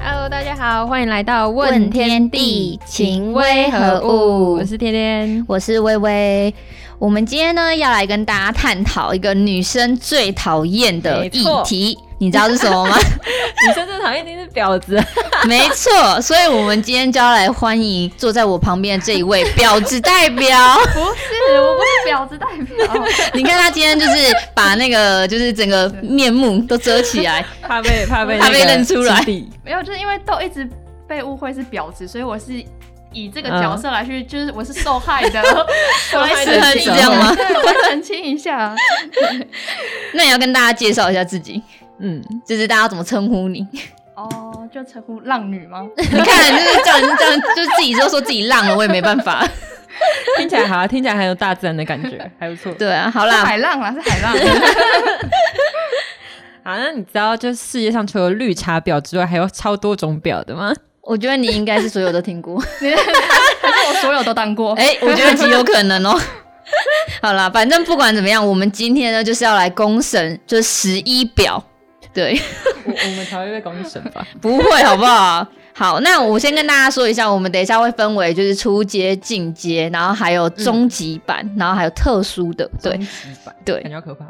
Hello，大家好，欢迎来到问天地情为何物我是天天，我是微微。我们今天呢要来跟大家探讨一个女生最讨厌的没议错题，你知道是什么吗？ 女生最讨厌一定是婊子， 没错，所以我们今天就要来欢迎坐在我旁边的这一位婊子代 表。不是，我不是婊子代 表，你看他今天就是把那个就是整个面目都遮起来，怕被怕被怕被那个认出来质地没有，就是因为豆一直被误会是婊子，所以我是以这个角色来去，就是我是受害 的，我来是澄是清这样吗？对，我来澄清一下。那你要跟大家介绍一下自己，嗯，就是大家怎么称呼你？ 哦，就称呼浪女吗？你看，就是叫人叫人，就是自己都说自己浪了，我也没办法。听起来好，啊听起来很有大自然的感 觉，还不错。对啊，好是啦，海浪啦，是海浪。 好，那你知道就是世界上除了绿茶婊之外，还有超多种婊的吗？我觉得你应该是所有都听过。你还是我所有都当过。 哎、我觉得极有可能哦。 好啦，反正不管怎么样，我们今天呢就是要来公审，就是十一表，对， 我我们才会被公审 吧？不会好不好？好，那我先跟大家说一下，我们等一下会分为就是初阶、进阶，然后还有终极版，然后还有特殊的。对，对感觉好可怕。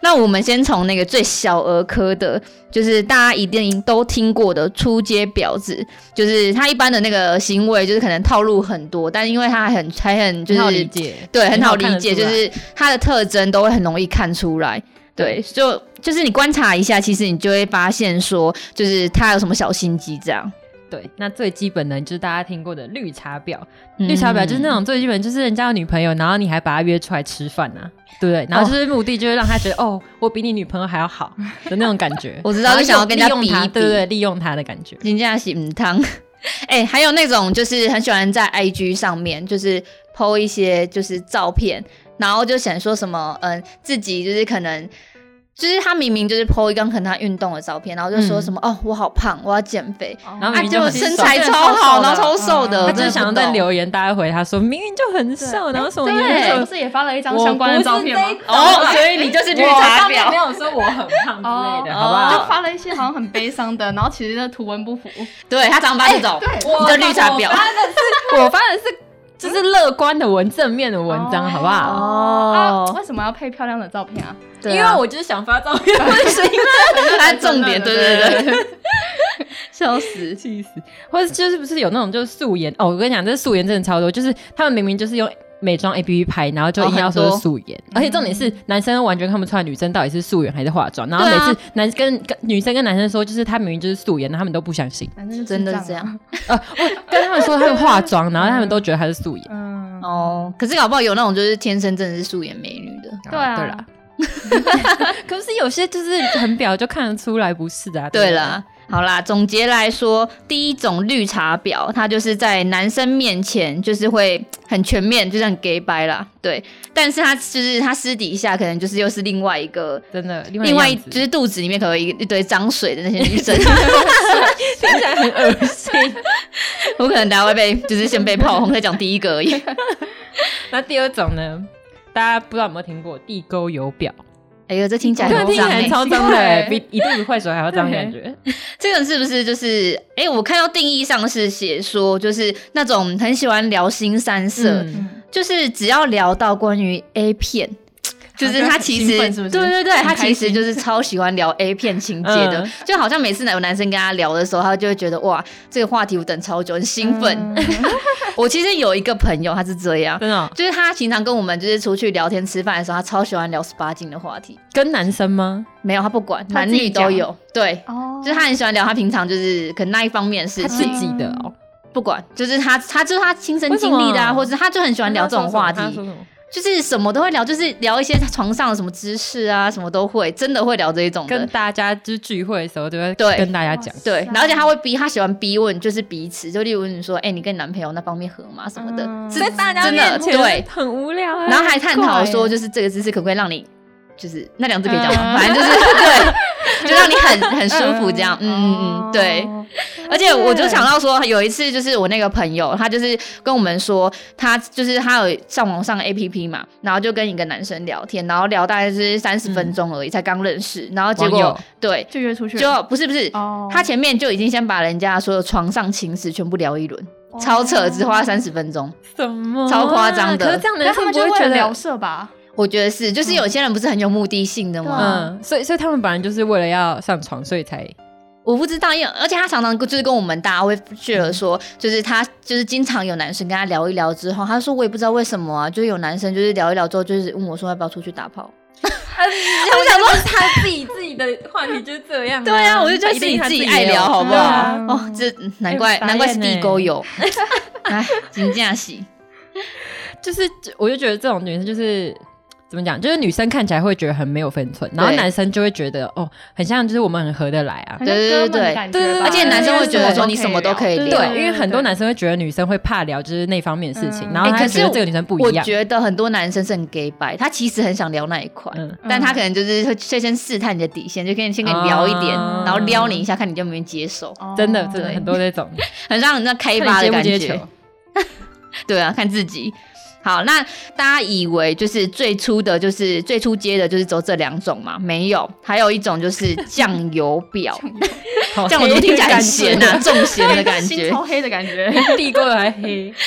那我们先从那个最小儿科的，就是大家一定都听过的初阶婊子，就是他一般的那个行为就是可能套路很多，但因为他很还很就很好理是解，对，很很好好理看得解，出就来是它的特征都会很容易看出来。对，就就是你观察一下，其实你就会发现说，就是它有什么小心机这样。对。那最基本的就是大家听过的绿茶婊，绿茶啊婊就是那嗯，。种最基本，就是人家有女朋友，然后你还把她约出来吃饭呐、对不对？然后就是目的就是让她觉得哦我比你女朋友还要 好的那种感觉我知然道，后就利想要用跟人家比利用她一比，对不对？利用她的感觉。人家是嗯 汤。哎、还有那种就是很喜欢在 IG 上面就是 PO 一些就是照片，然后就想说什么嗯自己就是可能。就是他明明就是 PO 一张可能他运动的照片，然后就说什么、哦我好胖，我要减肥，然后啊嗯明明就就很身瘦材超好，然后超瘦嗯的，她我就是真的想要哦不懂在留言，大家回她说明明就很瘦，然后什么你对为什对，么不是也发了一张相关的照片吗？哦，所以你就是绿我茶上面没婊。有说我很胖之类的，哦好不就好？发了一些好像很悲伤的，然后其实那图文不符。对他常发这种，你就绿茶婊哎我。发的是，我发的是就是乐观的文，正面的文章，哦好不好？啊，哦，为什么要配漂亮的照片啊？对啊因为我就是想发照 片，不行啊，他重点，对对对，对，笑死。气死！或者就是不是有那种就是素颜哦？我跟你讲，这素颜真的超多，就是他们明明就是用美妆 A P P 拍，然后就硬要哦说很多是素颜，而且重点是男生完全看不出来女生到底是素颜还是化妆，然后对每啊次男跟跟女生跟男生说，就是他明明就是素颜，然后他们都不相信，反正就真的是这啊这样。跟他们说他们化妆，然后他们都觉得他是素颜。嗯，哦，可是搞不好有那种就是天生真的是素颜美女的，对啊，对啦， 可是有些就是很表就看得出来不是的、啊。对不啦，好啦，总结来说，第一种绿茶婊，她就是在男生面前就是会很全面，就像 gay 白啦，对。但是她就是她私底下可能就是又是另外一个，真的，另外另外一一 就是肚子里面可能有一一堆脏水的那些女生， 听起来很恶心。我可能大家会被就是先被炮轰，再讲第一个而已。那第二种呢？大家不知道有没有听过地沟油表？哎呦，这听起来对啊很听起脏、来欸，超脏的、欸，对比一肚子坏水还要脏，感觉。嗯这个是不是就是？哎、我看到定义上是写说，就是那种很喜欢聊新三色，嗯，嗯就是只要聊到关于 A 片，就是他其实很兴奋是不是对对对，很他开其实心就是超喜欢聊 A 片情节的，嗯就好像每次有男生跟他聊的时候，他就会觉得哇，这个话题我等超久，很兴奋。嗯我其实有一个朋友，他是这样。真的哦、就是他平常跟我们就是出去聊天吃饭的时候，他超喜欢聊十八禁的话题。跟男生吗？没有，他不管，他男自己女都讲有。对，哦就是他很喜欢聊他平常就是可能那一方面的事他自情，己的哦、不管，就是他他就是他亲身经历的为什啊，么或者是他就很喜欢聊这种话他说题，什么就是什么都会聊，就是聊一些床上的什么姿势啊，什么都会，真的会聊这一种跟的。大家就是聚会的时候，就会对跟大家讲。对，塞然后而且他会逼，他喜欢逼问，就是彼此，就例如你说，哎、你跟你男朋友那方面合吗？什么的，嗯是在真 的对，很无聊、欸。然后还探怪讨耶说，就是这个姿势可不可以让你，就是那两只可以讲 嗯吗？反正就是对，就让你很很舒服这样。嗯嗯嗯，对。哦而且我就想到说，有一次就是我那个朋友，他就是跟我们说，他就是他有上网上 APP 嘛，然后就跟一个男生聊天，然后聊大概是三十分钟而已，才刚认识，然后结网果友对，嗯就约出去了，就不是不是，哦他前面就已经先把人家所有床上情史全部聊一轮，哦超扯，只花三十分 钟。什么啊超夸张的可是这样那男他生们不就会为觉了得聊色吧？我觉得是，就是有些人不是很有目的性的吗？嗯对啊嗯，所以所以他们本来就是为了要上床，所以才我不知道，因为而且他常常就是跟我们大家会 share 说，就是他就是经常有男生跟他聊一聊之后，他说我也不知道为什么啊，就是有男生就是聊一聊之后，啊就是问我说要不要出去打炮。我想说他自己自己的话题就是这样、对啊，我就觉得是你自己爱聊，好不好？对啊 哦，这难怪、哎傻眼难怪是地沟 欸油，哎，金架喜，就是我就觉得这种女生就是。怎么讲？就是女生看起来会觉得很没有分寸，然后对男生就会觉得哦，很像就是我们很合得来啊好。像哥们的感觉对对对吧而且男生会觉得说你什么都可以聊对，因为很多对男生会觉得女生会怕聊就是那方面的事情，嗯然后哎可他是觉得这个女生不我一样。觉得很多男生是很 gay 白，他其实很想聊那一块。嗯，但他可能就是会先先试探你的底线，就跟你先跟你聊一点，啊然后撩你一下，看你有没有接受，哦真的真的对很多这种，很让人家开看发你的接不感接觉。球？对啊，看自己。好，那大家以为就是最初的，就是最初接的，就是走这两种嘛？没有，还有一种就是酱油表，好酱油听起来很咸呐、感觉重咸的感心觉。超黑的感觉。地沟油还黑。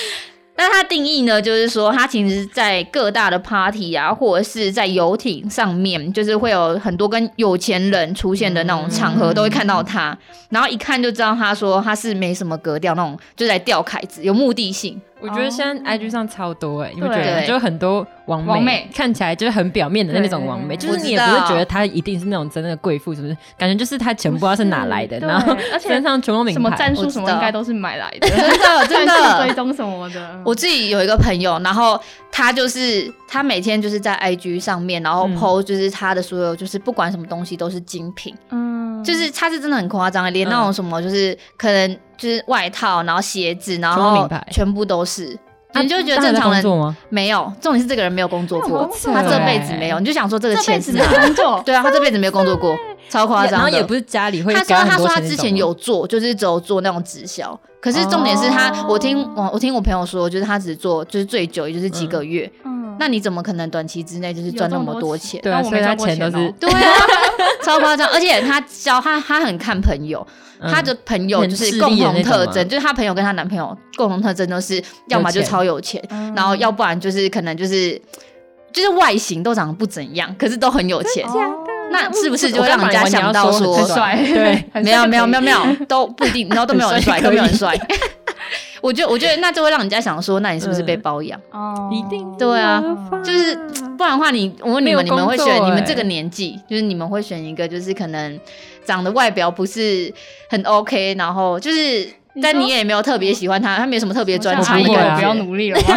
那它定义呢，就是说它其实，在各大的 party 啊，或者是在游艇上面，就是会有很多跟有钱人出现的那种场合，嗯都会看到它。然后一看就知道，他说他是没什么格调那种，就是来钓凯子，有目的性。我觉得现哦在 IG 上超多哎、欸，你们觉对得吗？就很多网美网美看起来就是很表面的那种网美，对就是你也不我知是道觉得她一定是那种真正的贵妇，是不是？感觉就是她钱不知道是哪来 的，不是然后对而且身上全部名什么牌战术什我么知道应该都是买来的，真的 真的战术追踪什么的。我自己有一个朋友，然后他就是他每天就是在 IG 上面，然后嗯 PO 就是他的所有，就是不管什么东西都是精品。嗯就是它是真的很夸张，欸连嗯那种什么就是可能就是外套，然后鞋子，然全部后名牌全部都是。啊你就觉得她还正在常工人作吗？没有，重点是这个人没有工作过没有工，作他欸这辈子没有，你就想说这个这辈钱子是没哪工作，对啊，他这辈子没有工作过，超夸然张后的。也 不是家里会他给说：“很他多说他钱那之种前有做，就是只有做那种直销。可是重点是他，哦我听我我听我朋友说，就是他只做就是最久也就是几个月。嗯 那你怎么可能短期之内就是赚那么多钱？ 对啊，但我所以没她赚过钱都钱是哦对啊，超夸张！而且他交他他很看朋友，嗯他的朋友就是共同特征，就是他朋友跟他男朋友共同特征都是要么就超有钱，嗯然后要不然就是可能就是就是外形都长得不怎样，可是都很有钱，哦那是不是就会让人家想到我说很刚刚以为你要说帅，很对，很帅没有没有没有就没 有都不一定，然后都没有人帅，都没有人帅。 我觉得我觉得那就会让人家想说，那你是不是被嗯包养？可以哦一定是对啊吧就是不然的话你，我问你没有们，你们会工选作你们欸这个年纪，就是你们会选一个，就是可能长得外表不是很 OK，然后就是，你但说你也没有特别喜欢他，他没有什么特别专我像长想的不阿感姨我不会啊觉要。努力 了吗？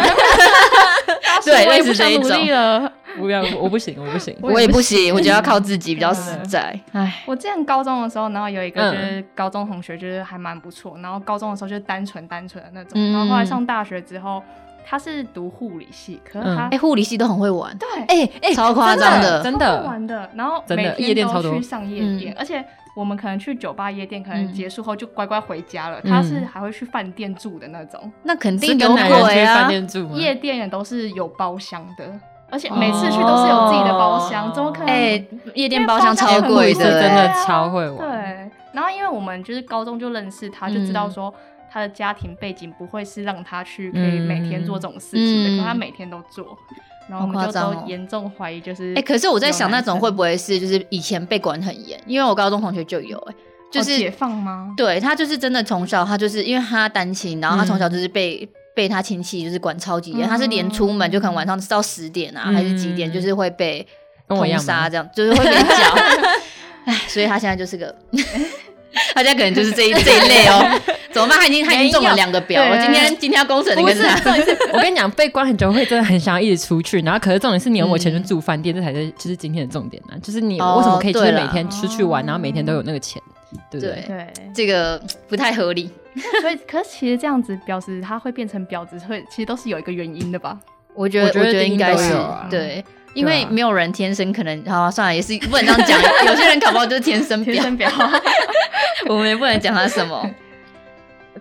对我也类不似这想一努种 力了。不要，我不行，我不行。我也不行，我觉得要靠自己比较实在。唉，我之前高中的时候，然后有一个嗯就是高中同学，就是还蛮不错。然后高中的时候就是单纯单纯的那种，嗯然后后来上大学之后，他是读护理系，可是他、嗯哎，护理系都很会玩，对哎哎，超夸张的，嗯真超好的，玩的，然后真的每天夜店都超多去上夜店，而且我们可能去酒吧、夜店，可能结束后就乖乖回家了。嗯他是还会去饭店住的那种，那肯是定有跟男人鬼去饭啊！店住吗？夜店也都是有包厢的，而且哦每次去都是有自己的包厢，怎么可能？哎，夜店因为包厢包厢超很贵贵贵的，的，真哎的对啊超会玩。对，然后因为我们就是高中就认识他，就知道嗯说他的家庭背景不会是让他去可以每天做这种事情的，嗯可他每天都做，然后好我们夸就张哦都严重怀疑就是，哎，可是我在想，有那男生种会不会是就是以前被管很严？因为我高中同学就有，哎，就哦是解放吗？ 对他就是真的从小，他就是因为他单亲，然后他从嗯小就是被、被他亲戚就是管超级严，嗯他是连出门就可能晚上到十点啊、嗯还是几点，就是会被跟我一通样吗杀这样，就是会被教。 哎，所以他现在就是 个，他现在可能就是这一这一类哦。怎么办？他已经他已经中了两个表了，没有今天今天要公审的不跟是他。重点是， 我跟你讲，被关很久会真的很想要一直出去，然后可是重点是你有没有钱去住饭店，这才是就是今天的重点呢、啊就是你哦为什么可以就是对啦每天出去玩，然后每天都有那个钱，对不对对？对，这个不太合理，所以可是其实这样子婊 子他会变成婊子，会其实都是有一个原因的吧？我觉得我觉得觉得一定应该都是有啊对。因为没有人天生可能，好、啊、算了，也是不能这样讲。有些人搞不好就是天生天婊，生表， 我们也不能讲他什么。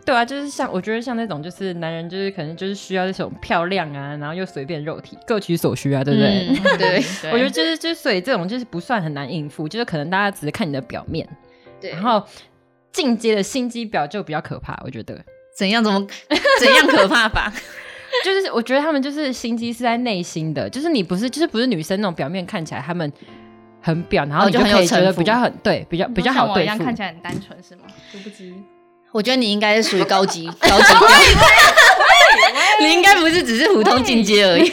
对啊，就是像我觉得像那种就是男人就是可能就是需要这种漂亮啊，然后又随便肉体，各取所需啊，对不对？嗯、 对， 我觉得就是就是所以这种就是不算很难应付，就是可能大家只是看你的表面，对然后进阶的心机婊就比较可怕，我觉得。怎样怎么怎样可怕法？ 就是我觉得他们就是心机是在内心的，就是你不是就是不是女生那种表面看起来他们很婊，然后你就就很有可以觉得城府比较很对，比较比较像好我对一样付。看起来很单纯是吗？殊不知，我觉得你应该是属于高级高级婊，你应该不是只是普通进阶而已。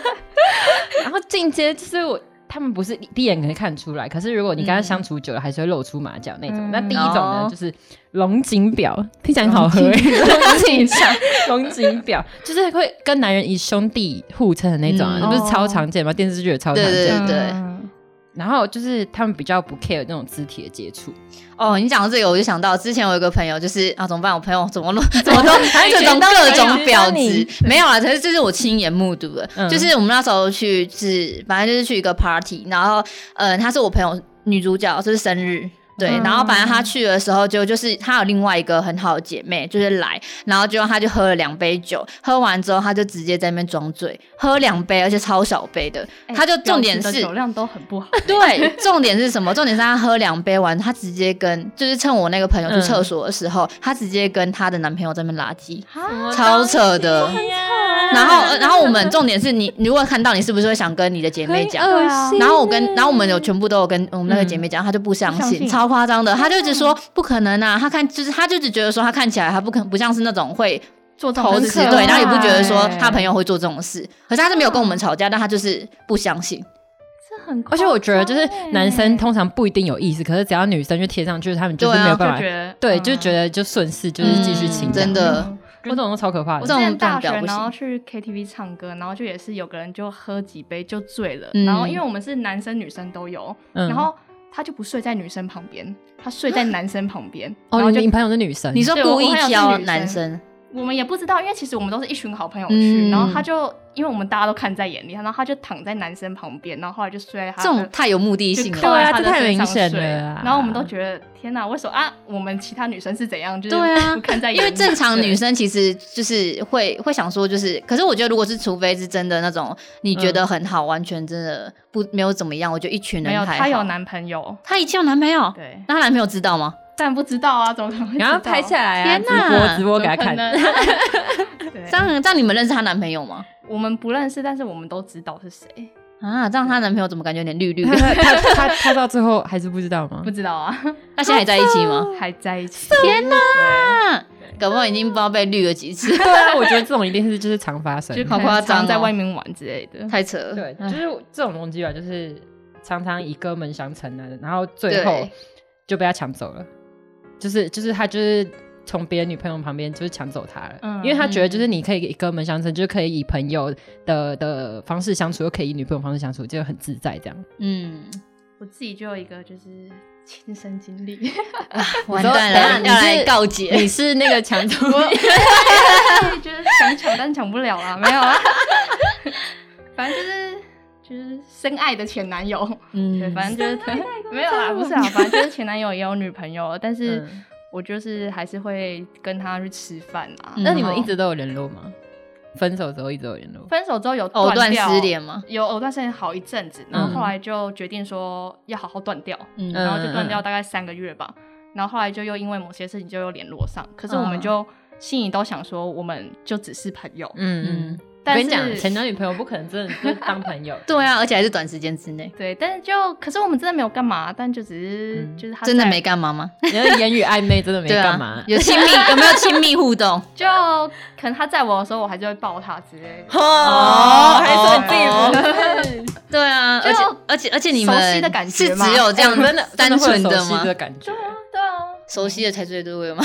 然后进阶就是我。他们不是第一眼可能看出来，可是如果你跟他相处久了，还是会露出马脚那种。嗯那第一种呢哦，就是龙井表，听起来很好喝欸， 恭喜你上，龙井表就是会跟男人以兄弟互称的那种嗯啊，那不是哦超常见吗？电视剧也超常见。对对嗯然后就是他们比较不 care 那种肢体的接触，哦，你讲到这个，我就想到之前我有一个朋友，就是啊，怎么办？我朋友怎么了？怎 么都各种各种婊子，没有啊，可是这是我亲眼目睹的。嗯就是我们那时候去是，反正就是去一个 party，然后呃，她是我朋友女主角，就是生日。对，嗯然后反正她去的时候就就是她有另外一个很好的姐妹，就是来，然后就她就喝了两杯酒，喝完之后她就直接在那边装醉，喝两杯，而且超小杯的，她就重点婊子是的酒量都很 不好，对，重点是什么？重 点是他喝两杯完，他直接跟就是趁我那个朋友去厕所的时候，他直接跟她的男朋友在那边拉鸡，超啊扯的。然后，呃然后我们重点是你，你如果看到你是不是会想跟你的姐妹哎讲？恶欸然后我跟，然后我们有全部都有跟我们那个姐妹讲，她就不相不相信，信超夸张的，她就嗯一直说不可能啊，她看就是她就只觉得说她看起来她不可不像是那种会做这种投很资可对，然后也怕不觉得说欸她朋友会做这种事，可是她是没有跟我们吵架，但她就是不相信，这很夸张欸，欸而且我觉得就是男生通常不一定有意思，可是只要女生就贴上去，他们就是没有啊就办法觉。得对，嗯就觉得就顺势就是继续请嗯真的嗯我懂，超可怕我的之。前大这学，种这种表不行然后去 KTV 唱歌，然后就也是有个人就喝几杯就醉了，嗯然后因为我们是男生女生都有，嗯啊然后他就不睡在女生旁边，他睡在男生旁边，然哦，后你就你朋友是女生，你说对故我意朋友是挑女男生生。我们也不知道，因为其实我们都是一群好朋友去，嗯然后他就因为我们大家都看在眼里，然后他就躺在男生旁边，然后后来就睡在他这种太有目的就性靠对了。啊在他的这太身上明显睡了啊然后我们都觉得天哪，为什么啊？我们其他女生是怎样？就是对啊不看在眼里，因为正常女对生其实就是会会想说，就是，可是我觉得如果是除非是真的那种你觉嗯得很好，完全真的不没有怎么样，我觉得一群人没有，还她有好，男朋哦友，她已经有男朋友，对，那她男朋友知道吗？但不知道啊，怎么可能会然后知道拍下来啊，天直哪播直播给他看， 这对，样这样你们认识她男朋友吗？我们不认识，但是我们都知道是谁，啊，这样她男朋友怎么感觉有点绿绿他的？ 他他他到最后还是不知道吗不？知道啊，那现在还在一起哦吗？还在一起。天哪！啊，搞不好已经不知道被绿了几 次， 对啊，我觉得这种一定是就是嗯常发生就。好夸张哦常在外面玩之类的。太扯了。对，就哎是这种东西吧，就是常常以哥们相称的，然后最对后就被他抢走了，就是就是他就是从别的女朋友旁边就是抢走他了，嗯因为他觉得就是你可以以哥们相称，就是可以以朋友的的方式相处，又可以以女朋友方式相处，就很自在这样。嗯，我自己就有一个就是亲身经历，完蛋等一下了，你要是来告解。你是那个 抢 走就是想抢但抢不了啊，没有啊， 反正就是就是深爱的前男友，对，嗯，反正就是没有啦，不是啊，反正就是前男友也有女朋友了，但是嗯我就是还是会跟他去吃饭啊。嗯那你们一直都有联络吗？分手之后一直有联络？分手之后有藕断掉丝连吗？有藕断丝连好一阵子，然嗯后后来就决定说要好好断掉，嗯然后就断掉嗯大概三个月吧。然后后来就又因为某些事情就又联络上，可是我嗯们就心里都想说，我们就只是朋友。嗯嗯嗯，。我但跟你讲，是前男女朋友不可能真的 就是当朋友对啊，而且还是短时间之内，对，但是就可是我们真的没有干嘛，但就只是、嗯就是他真的在没干嘛吗？你的言语暧昧真的没对干啊嘛，，有 亲密有没有亲密互动？就可能他在我的时候，我还是会抱他之类的。哦，还说哦自己不是对啊，就而且而且而且你熟悉的们感觉是吗只有 这样 真的单纯的吗？感觉对啊，对啊，熟悉的才最对味吗？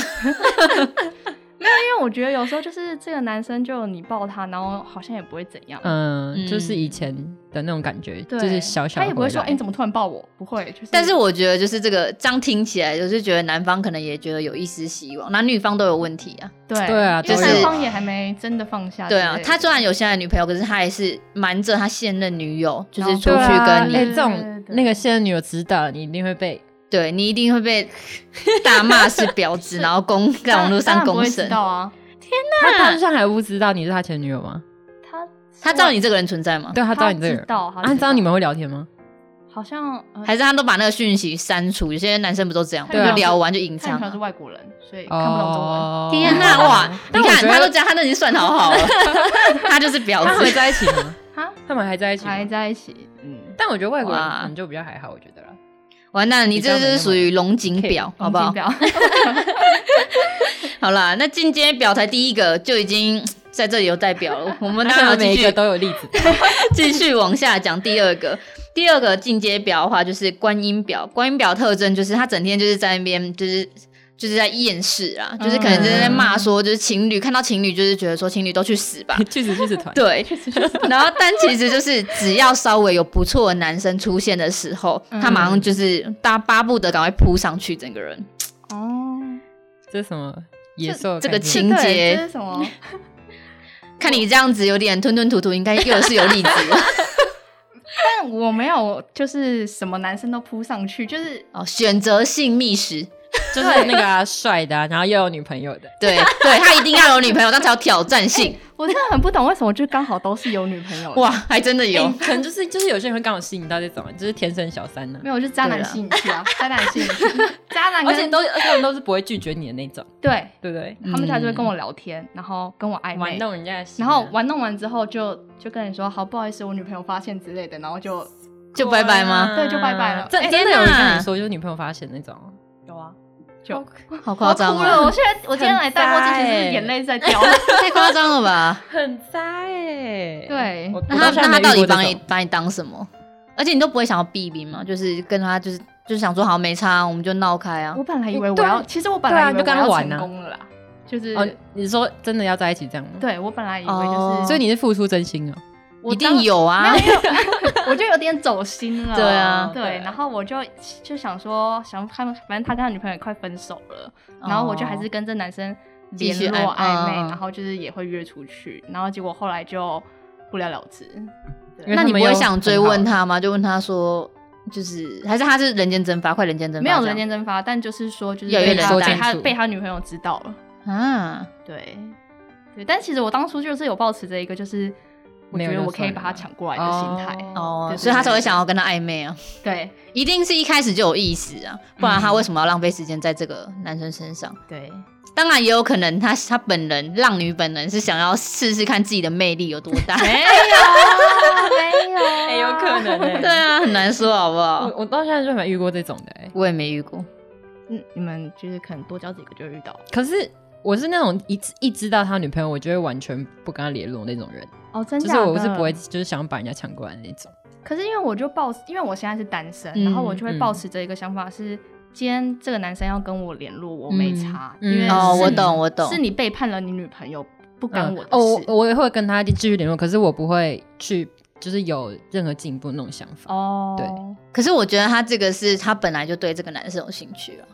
没有，因为我觉得有时候就是这个男生就你抱他，然后好像也不会怎样，嗯，嗯就是以前的那种感觉，对，就是小小他也不会回说，哎、来你怎么突然抱我？不会，就是， 但是我觉得就是这个这样听起来，就是觉得男方可能也觉得有一丝希望，那女方都有问题啊。对对啊因为都有男方也还没真的放下之对类的，啊，他虽然有现在的女朋友，可是他还是瞒着他现任女友，就是出对去啊跟你，哎对这对种对那个现任女友知道，你一定会被对你一定会被大骂是婊 子，然后公在当网络当上然不公会审知。道啊，他当下还不知道你是他前女友吗？他他知道你这个人存在吗？对，他哦他知道你这个知人，道，啊，知道你们会聊天吗？好像、呃、还是他都把那个讯息删除？有些男生不都这样，对啊就聊完就隐他女藏朋友是啊。外国人，所哎以看不懂中文。哦天呐，哇！你但我看觉得他都这样，他都已经算好好了， 他就是婊他们还子。在一起吗？ 哈，他们还在一起吗？还在一起，嗯，但我觉得外国人哇可能就比较还好，我觉得啦。完蛋，你这就是属于龙井比婊，好不好黄金？哦表好啦，那进阶表才第一个就已经在这里有代表了，我们当然他 要们啊继每一个续都有例 子。继续往下讲第二个。第二个进阶表的话，就是观音表。观音表特征就是他整天就是在那边，就是就是在厌世啊，就是嗯可能就是在骂说，就是情侣看到情侣就是觉得说情侣都去死吧，去死去死团，对。然后但其实就是只要稍微有不错的男生出现的时候，他马嗯上就是大巴不得赶快扑上去，整个人 哦，这是什么野兽的这概个念？情对节这是什么？ 看你这样子有点吞吞吐吐，应该又是有例子了 但我没有，就是什么男生都扑上去，就是哦，选择性觅食。就是那个啊帅的啊，然后又有女朋友的，对对，他一定要有女朋友，那才有挑战性。我真的很不懂为什么就刚好都是有女朋友的哇，，还真的有哎欸。可能就是就是有些人会刚好吸引到这种，就是天生小三呢没。有，就是渣对男啦吸引器啊，渣男吸引器， 渣男而且跟都而且他们都是不会拒绝你的那种，对，对不对？嗯他们才就会跟我聊天，然后跟我暧玩昧，弄人家的心然啊，后玩弄完之后就就跟你说好，不好意思，我女朋友发现之类的，然后就嗯就拜拜吗？对就拜拜了真欸真的有人天哪跟你说，就是女朋友发现那种，有啊，就好夸张我哭了，哦，我现在我今天来戴墨镜，其实眼泪在掉。太夸张了吧？很渣哎。对我那他那他到我现在没底遇过这把你种把你当什么？而且你都不会想要避避吗？就是跟他就是就是想说好没差，我们就闹开啊 我。本来以为我要，对其实我本来以为对啊就跟他我要玩啊成功了啦，就是哦？你说真的要在一起这样吗？，对我本来以为哦就是，所以你是付出真心啊。我一当定有啊 没，有，因为我就有点走心了。对啊对对，然后我就就想说，想他们，反正他跟他女朋友也快分手了，哦然后我就还是跟这男生继联续络暧暧昧嗯嗯，然后就是也会约出去，然后结果后来就不了了之。因为那他你不们会又想很追好问他吗？就问他说，就是还是他是人间蒸发，快人间蒸发没这样，有人间蒸发，但就是说，就是越来越被他冷被淡他处被他女朋友知道了。啊，对，对，但其实我当初就是有抱持着一个，就是我没有觉得就我可以算把他了抢过来的心态。啊哦对，对所以他才对会对想要跟他暧昧啊，对一定是一开始就有意思啊，不然他为什么要浪费时间在这个男生身上？对，当然也有可能他他本人浪女本人是想要试试看自己的魅力有多大， 哎没有，没哎，有可能欸对啊，很难说好不好？我我到现在就没遇过这种的哎。我也没遇过，嗯，你们就是可能多交几个就会遇到。可是我是那种一知一知道他女朋友，我就会完全不跟他联络那种人，哦，真就是我是不会，就是想把人家抢过来的那种。可是因为我就抱，因为我现在是单身，嗯然后我就会嗯抱持着一个想法是，今天这个男生要跟我联络，我没差，嗯因为嗯是哦，你我懂，我懂是，你背叛了你女朋友，嗯不干我的哦，我事。我也会跟他继续联络，可是我不会去就是有任何进步那种想法。哦，对可是我觉得他这个是他本来就对这个男生有兴趣啊，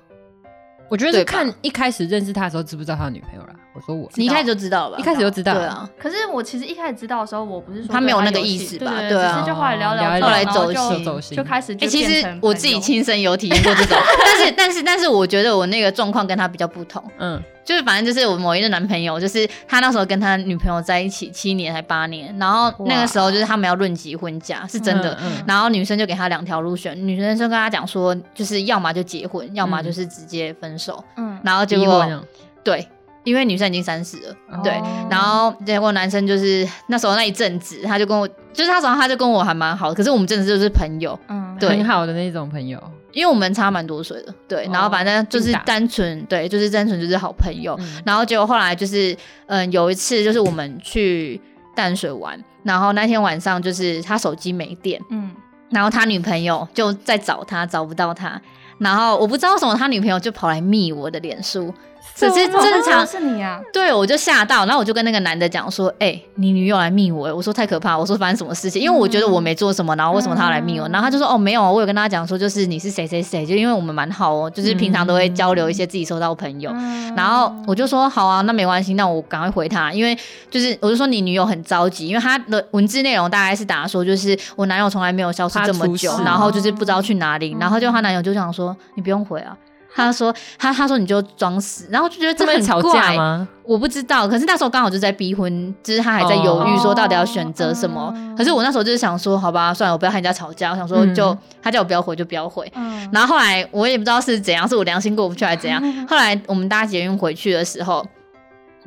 我觉得对是吧看一开始认识他的时候知不知道他的女朋友啦。我说我你一开始就知道吧？一开始就知道，对啊，可是我其实一开始知道的时候，我不是说他没有对那个有意兴思对吧对对啊只是就后来聊聊聊之，一聊然后后来走心就走心就开始哎、就其变实成我朋自己友亲身有体验过这 种，但是但是但是，我觉得我那个状况跟他比较不同，嗯，就是反正就是我某一任男朋友，就是他那时候跟他女朋友在一起七年还八年，然后那个时候就是他们要论及婚嫁，是真的。嗯嗯然后女生就给他两条路选，女生就跟他讲说，就是要么就结婚，要么就是直接分手。嗯，然后结离果婚啊对，因为女生已经三十了，对哦然后结果男生就是那时候那一阵子，他就跟我，就是那时候他就跟我还蛮好的，可是我们真的就是朋友，嗯对很好的那种朋友，因为我们差蛮多岁的，对，哦然后反正就是硬打单纯，对，就是单纯就是好朋友。嗯然后结果后来就是，嗯，有一次就是我们去淡水玩，然后那天晚上就是他手机没电，嗯，然后他女朋友就在找他，找不到他。然后我不知道为什么，他女朋友就跑来密我的脸书，只是正常是你啊，对，我就吓到，然后我就跟那个男的讲说：“哎、你女友来密我，我说太可怕，我说发生什么事情？因为我觉得我嗯没做什么，然后为什么他要来密我？嗯然后他就说：哦，没有，我有跟他讲说，就是你是谁谁谁，就因为我们蛮好哦，就是平常都嗯会交流一些自己收到的朋友。嗯然后我就说好啊，那没关系，那我赶快回他，因为就是我就说你女友很着急，因为她的文字内容大概是打说就是我男友从来没有消失怕这么出久事，哦嗯然后就是不知道去哪里，然后就她男友就想说你不用回啊。他说他他说你就装死，然后就觉得这他们很吵架怪吗？我不知道，可是那时候刚好就在逼婚，就是他还在犹豫哦说到底要选择什么。嗯可是我那时候就是想说，好吧，算了，我不要和人家吵架，我想说嗯就、他叫我不要回就不要回。嗯然后后来我也不知道是怎样，是我良心过不去还是怎 样。后来我们搭捷运回去的时候，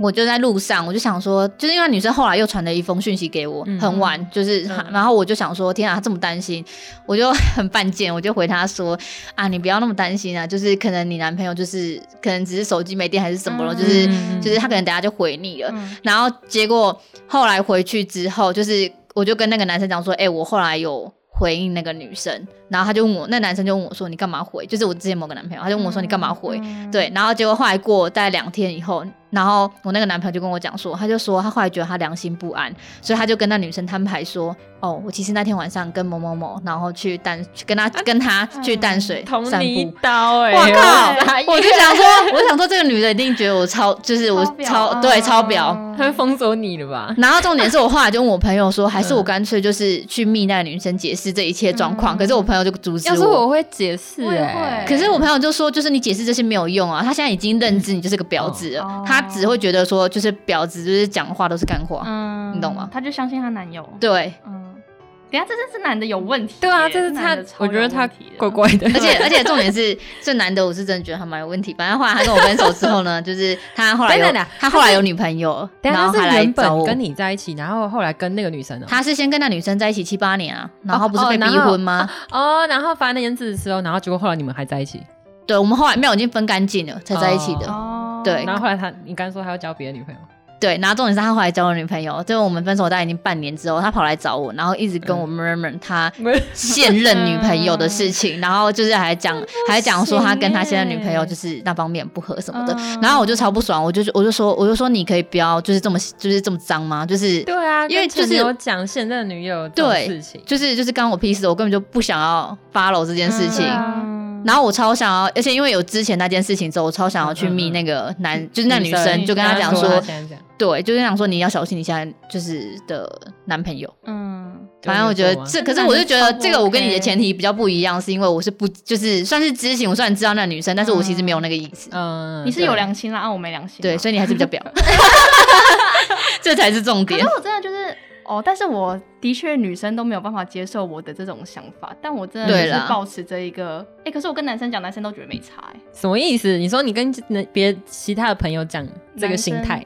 我就在路上，我就想说，就是因为那女生后来又传了一封讯息给我，嗯很晚，就是、嗯然后我就想说，天啊，她这么担心，我就很犯贱，我就回她说啊，你不要那么担心啊，就是可能你男朋友就是可能只是手机没电还是什么了，就是嗯就是他可能等下就回你了。嗯然后结果后来回去之后，就是我就跟那个男生讲说，哎、我后来有回应那个女生，然后他就问我，那男生就问我说，你干嘛回？就是我之前某个男朋友，他就问我说，你干嘛回？，嗯，对，然后结果后来过大概两天以后，然后我那个男朋友就跟我讲说，他就说他后来觉得他良心不安，所以他就跟那女生摊牌说，哦，我其实那天晚上跟某某某，然后去淡去跟他啊跟他去嗯淡水捅散你一步。刀哎、我靠傻眼我就想说，我就想说这个女的一定觉得我超，就是我表啊超对超表，嗯他会封锁你了吧？然后重点是我后来就问我朋友说，还是我干脆就是去密那个女生解释这一切状况，嗯可是我朋友就阻止要是我会解释、我也哎会可是我朋友就说，就是你解释这些没有用嗯啊，他现在已经认知你就是个婊子了，哦他只会觉得说，就是婊子就是讲话都是干话，嗯你懂吗她就相信她男友，，对，嗯，等一下这真是男的有问题耶，对啊，这是他男的，超我觉得有他问题的怪怪的，而且而且重点是，这男的我是真的觉得他蛮有问题。反正后来他跟我分手之后呢，就是他后来有 等等他后来有女朋友，等一然下后他还啊是来原找本我跟。你在一起，然后后来跟那个女生哦、他是先跟那女生在一起七八年啊，然后不是哦被然逼后婚吗？哦，然后发那件事的时候，然后结果后来你们还在一起，对，我们后来没有已经分干净了才在一起的。哦，对然后后来他，你刚说他要交别的女朋友，对，然后重点是他后来交了女朋友，就是我们分手大概已经半年之后，他跑来找我，然后一直跟我 murmur 他现任女朋友的事情，然后就是还讲还讲说他跟他现任女朋友就是那方面不合什么的，嗯然后我就超不爽，我就我就说我就说你可以不要就是这么就是这么脏吗？就是对啊，因为跟前就是女友讲现任女友这种对事情，就是就是干我屁事，我根本就不想要 follow 这件事情。对啊然后我超想要，而且因为有之前那件事情之后，我超想要去嗯嗯密嗯那个男，就是嗯那女生，你就跟他讲刚说刚，他现在讲对，就是想说你要小心你现在就是的男朋友。嗯，反正我觉得这，可是我就觉得这个我跟你的前提比较不一样，是因为我是不就是算是知情，我虽然知道那个女生，但是我其实没有那个意思。嗯，你是有对良心啦，啊，我没良心，对，所以你还是比较 表，这才是重可点是。我真的就是哦，但是我的确女生都没有办法接受我的这种想法，但我真的对就啦是保持着一个，哎、可是我跟男生讲，男生都觉得没差、欸，什么意思？你说你跟别其他的朋友讲这个心态，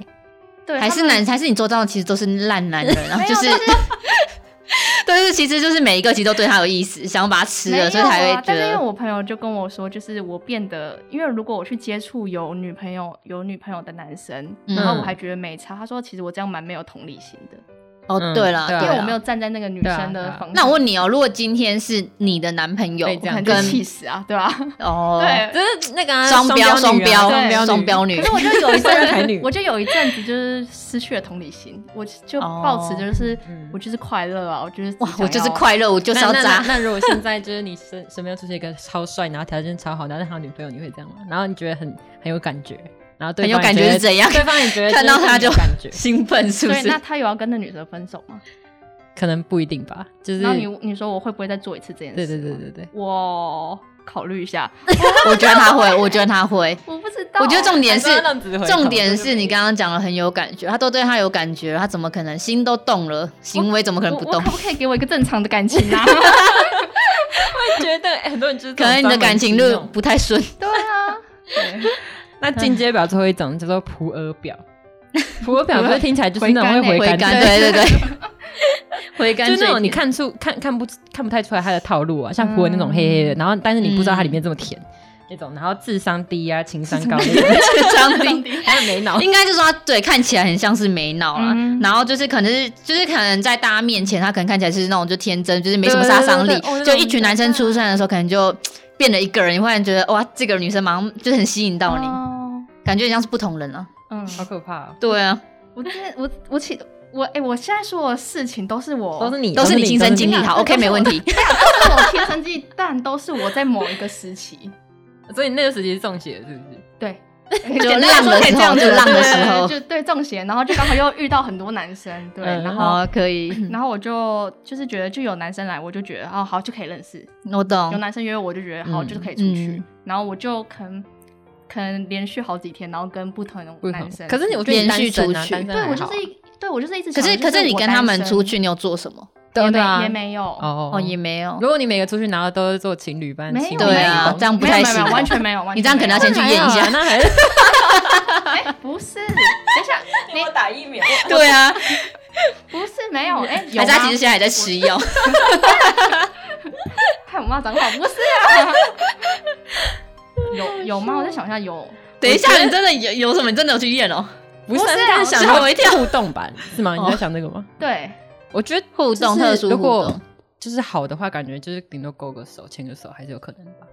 对，还是他们男，还是你周遭的其实都是烂男人啊，就是没有， 对，就是其实就是每一个其实都对他有意思，想要把他吃没有了，啊所以才会觉但是因为得。我朋友就跟我说，就是我变得，因为如果我去接触有女朋友、有女朋友的男生，嗯然后我还觉得没差。他说，其实我这样蛮没有同理心的，哦，嗯对了，对啊因为我啦没有站在那个女对啊生对的啊方。那我问你哦，如果今天是你的男朋友被这可样能就跟气死啊，对吧、哦，对，就是那个啊双标双双女啊标对双标女可是，我就有一阵台 女子，我就有一阵子就是失去了同理心，我就保持就是、嗯我就是快乐啊，我就是哦哇，我就是，快乐，我就是那要那渣那。那如果现在就是你身身边出现一个超帅，然后条件超好，然后他有女朋友，你会这样吗？然后你觉得很很有感觉，然后对很有方也感觉得是怎样对方也觉 得看到他就，就是很有感觉兴奋是所不以是那？他有要跟那女生分手吗？可能不一定吧，就是然后你你说我会不会再做一次这件事？对对对对对，我考虑一下，我觉得他会，我觉得他会。我不知道。我觉得重点是还哎是要让子回头重点是你刚刚讲的很有感觉，他都对他有感觉了，他怎么可能心都动了，行为怎么可能不我我动可？不可以给我一个正常的感情 啊？会觉得哎很多人就是这可能你种的专门感情去路弄不太顺，对啊，对那进阶表最后一种叫做普洱表，普洱表不是听起来就是那种会回回甘，甘，欸对对对，回甘就最那种你甜。看出看看不看不太出来它的套路啊，像普洱那嗯种黑黑的，然后但是你不知道它里面这么甜那种，然后智商低啊，情商高那种， 张斌还有没脑。应该就是说他对看起来很像是没脑啦，嗯然后就是可能是就是可能在大家面前，他可能看起来是那种就天真，就是没什么杀伤力。对对对对哦就一群男生出现的时候，可能就嘖变了一个人，你忽然觉得哇，这个女生马上就是很吸引到你。哦感觉很像是不同人啊。嗯，好可怕、哦，对啊，我之前我我其我哎、我现在说我的事情都是我都是你，哦都是你亲身经历，都是好，OK，没问题。 对啊，都是我亲身经历，但都是我在某一个时期。你 所以你那个时期是中邪，是不是？对， 就简单浪来的说可以时这样候，子就浪的时候，对就对中邪，然后就刚好又遇到很多男生，对，嗯然后好，哦可 以，然后我就就是觉得就有男生来，我就觉得哦好就可以认识，我有懂。男生约我我就觉得好、嗯就是可以出去，哦嗯然后我就可能可能连续好几天，然后跟不同不的同男生，可是你，我觉得你单身连啊续出去单身还对好我就是一对我就是一直可想是就可是你我跟单他们身出去，你有做什么？也对没、啊也没有哦哦，也没有如。果你每个出去，然后都是做情侣班，没情有侣对啊班这样不太没有没有没行有完 全没有，完全你这样可能要先去那验一还好啊下。那还是 哎、不是，等一下你打疫苗。对啊，不是没有哎、有 还是他吗其实现在还在吃药。 看我骂脏话，不是啊， 有有吗？我再想一下，有等一下，你真的有有什么？你真的有去验哦？不是不啊，是啊但是想吓我一跳互动版是吗？你在想这个吗？对我觉得互动就是特殊互如果动就是好的话，感觉就是顶多勾个手、牵个手还是有可能吧。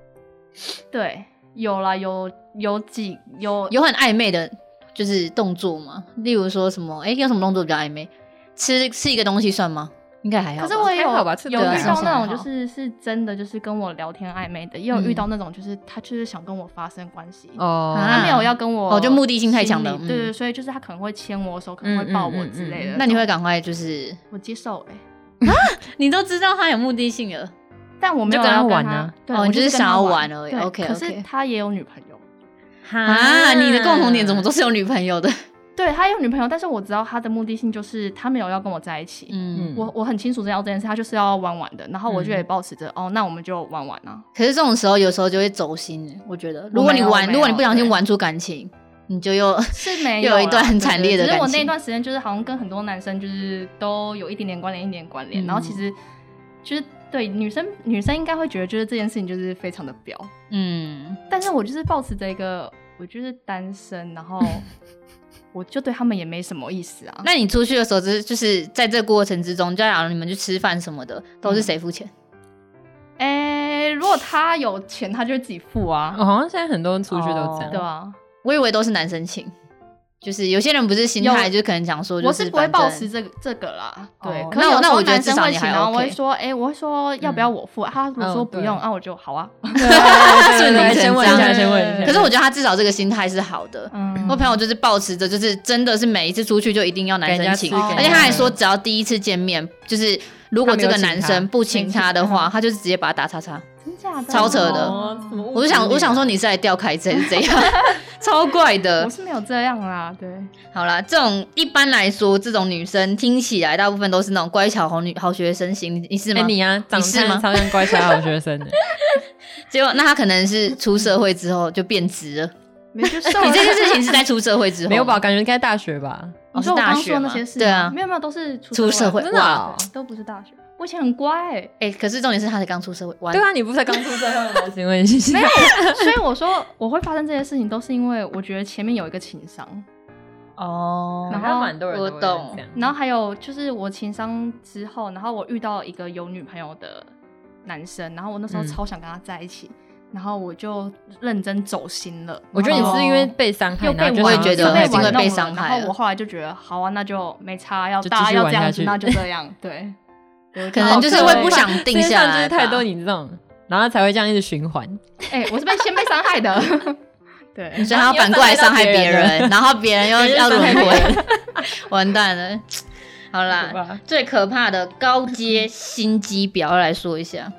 对，有啦，有有几有有很暧昧的，就是动作吗？例如说什么？哎，有什么动作比较暧昧？吃吃一个东西算吗？应该还好吧。可是我也有还好吧有这遇对啊到那种还好就是是真的就是跟我聊天暧昧的，也有嗯遇到那种就是他就是想跟我发生关系，哦啊他没有要跟我，哦就目的性太强了心里对对，嗯所以就是他可能会牵我手，可能会抱我之类嗯嗯嗯的。嗯那你会赶快就是，我接受哎，你都知道他有目的性了，但我没有就跟他要跟玩他啊，对，哦我你就是跟他想要玩玩而已对 OK，可是 OK 他也有女朋友，啊，你的共同点怎么都是有女朋友的，对他有女朋友，但是我知道他的目的性就是他没有要跟我在一起， 嗯。嗯我我很清楚知道这件事，他就是要玩玩的，然后我就嗯也保持着、哦，那我们就玩玩啊。可是这种时候有时候就会走心，我觉得，如果你我没有玩，我没有如果你不小心对玩出感情，你就又 是没又有有一段啦很对惨对烈的只是我感那情段时间就是好像跟很多男生就是都有一点点关联，一点点关联。然后其嗯实就是对女生女生应该会觉得就是这件事情就是非常的彪，嗯，但是我就是保持着一个我就是单身，然后我就对他们也没什么意思啊。那你出去的时候，就是就是在这过程之中，就假如你们去吃饭什么的，都是谁付钱？哎、如果他有钱，他就会自己付啊，我哦哦好像现在很多人出去都这对样，啊，我以为都是男生请，就是有些人不是心态，有就可能讲说，就我是不会反正保持这个这个啦，哦对。可那是我有时那候我觉得男生至少会你请，还然后我会 OK 哦说，哎，我会说要不要我付？啊他如果嗯说不用对啊，我就好啊。 对顺理对对先成问一下，章先问一下。可是我觉得他至少这个心态是好的。嗯我朋友就是保持着，就是真的是每一次出去就一定要男生请，给人家吃而且他还说，只要第一次见面，就是如果这个男生不请他的他没有请话，他他就是直接把他打叉叉。真假的？超扯的哦什么物我就想，理啊我想说你是来吊开这是怎样？超怪的我。是没有这样啦，对，好啦，这种一般来说，这种女生听起来大部分都是那种乖巧好女好学生型，你你是哎吗？你啊，长是吗得超像乖巧好学 生的，结果那她可能是出社会之后就变直了。没就瘦 了你这件事情是在出社会之后没有吧？？感觉应该大学吧？哦 你是说我大刚学说那吗些事吗，对啊没有没有，都是出社会真的哦啊都不是大学。我以前很乖欸，哎、可是重点是她才刚出社会，完对啊，你不是才刚出社会吗？ 请问一下， 所以我说我会发生这些事情，都是因为我觉得前面有一个情商，哦然然后后蛮多人都会我懂这样然后还有就是我情商之后，然后我遇到一个有女朋友的男生，然后我那时候嗯超想跟他在一起，然后我就认真走心了。我觉得然你后是因哦为被伤害，又被然后就我也想觉要得伤是因为害玩自己被弄伤害然了后我后来就觉得，好啊，那就没差，要就继大家续要玩这样下子去，那就 这样，对。对哦可能就是会不想定世界下上就来是吧。太多你这种，然后才会这样一直循环。哎、我是被先被伤害的， 对，所以他要反过来伤害别人，然后别人又要轮别人伤害别回，完蛋了。好啦，最可怕的高阶心机婊要来说一下，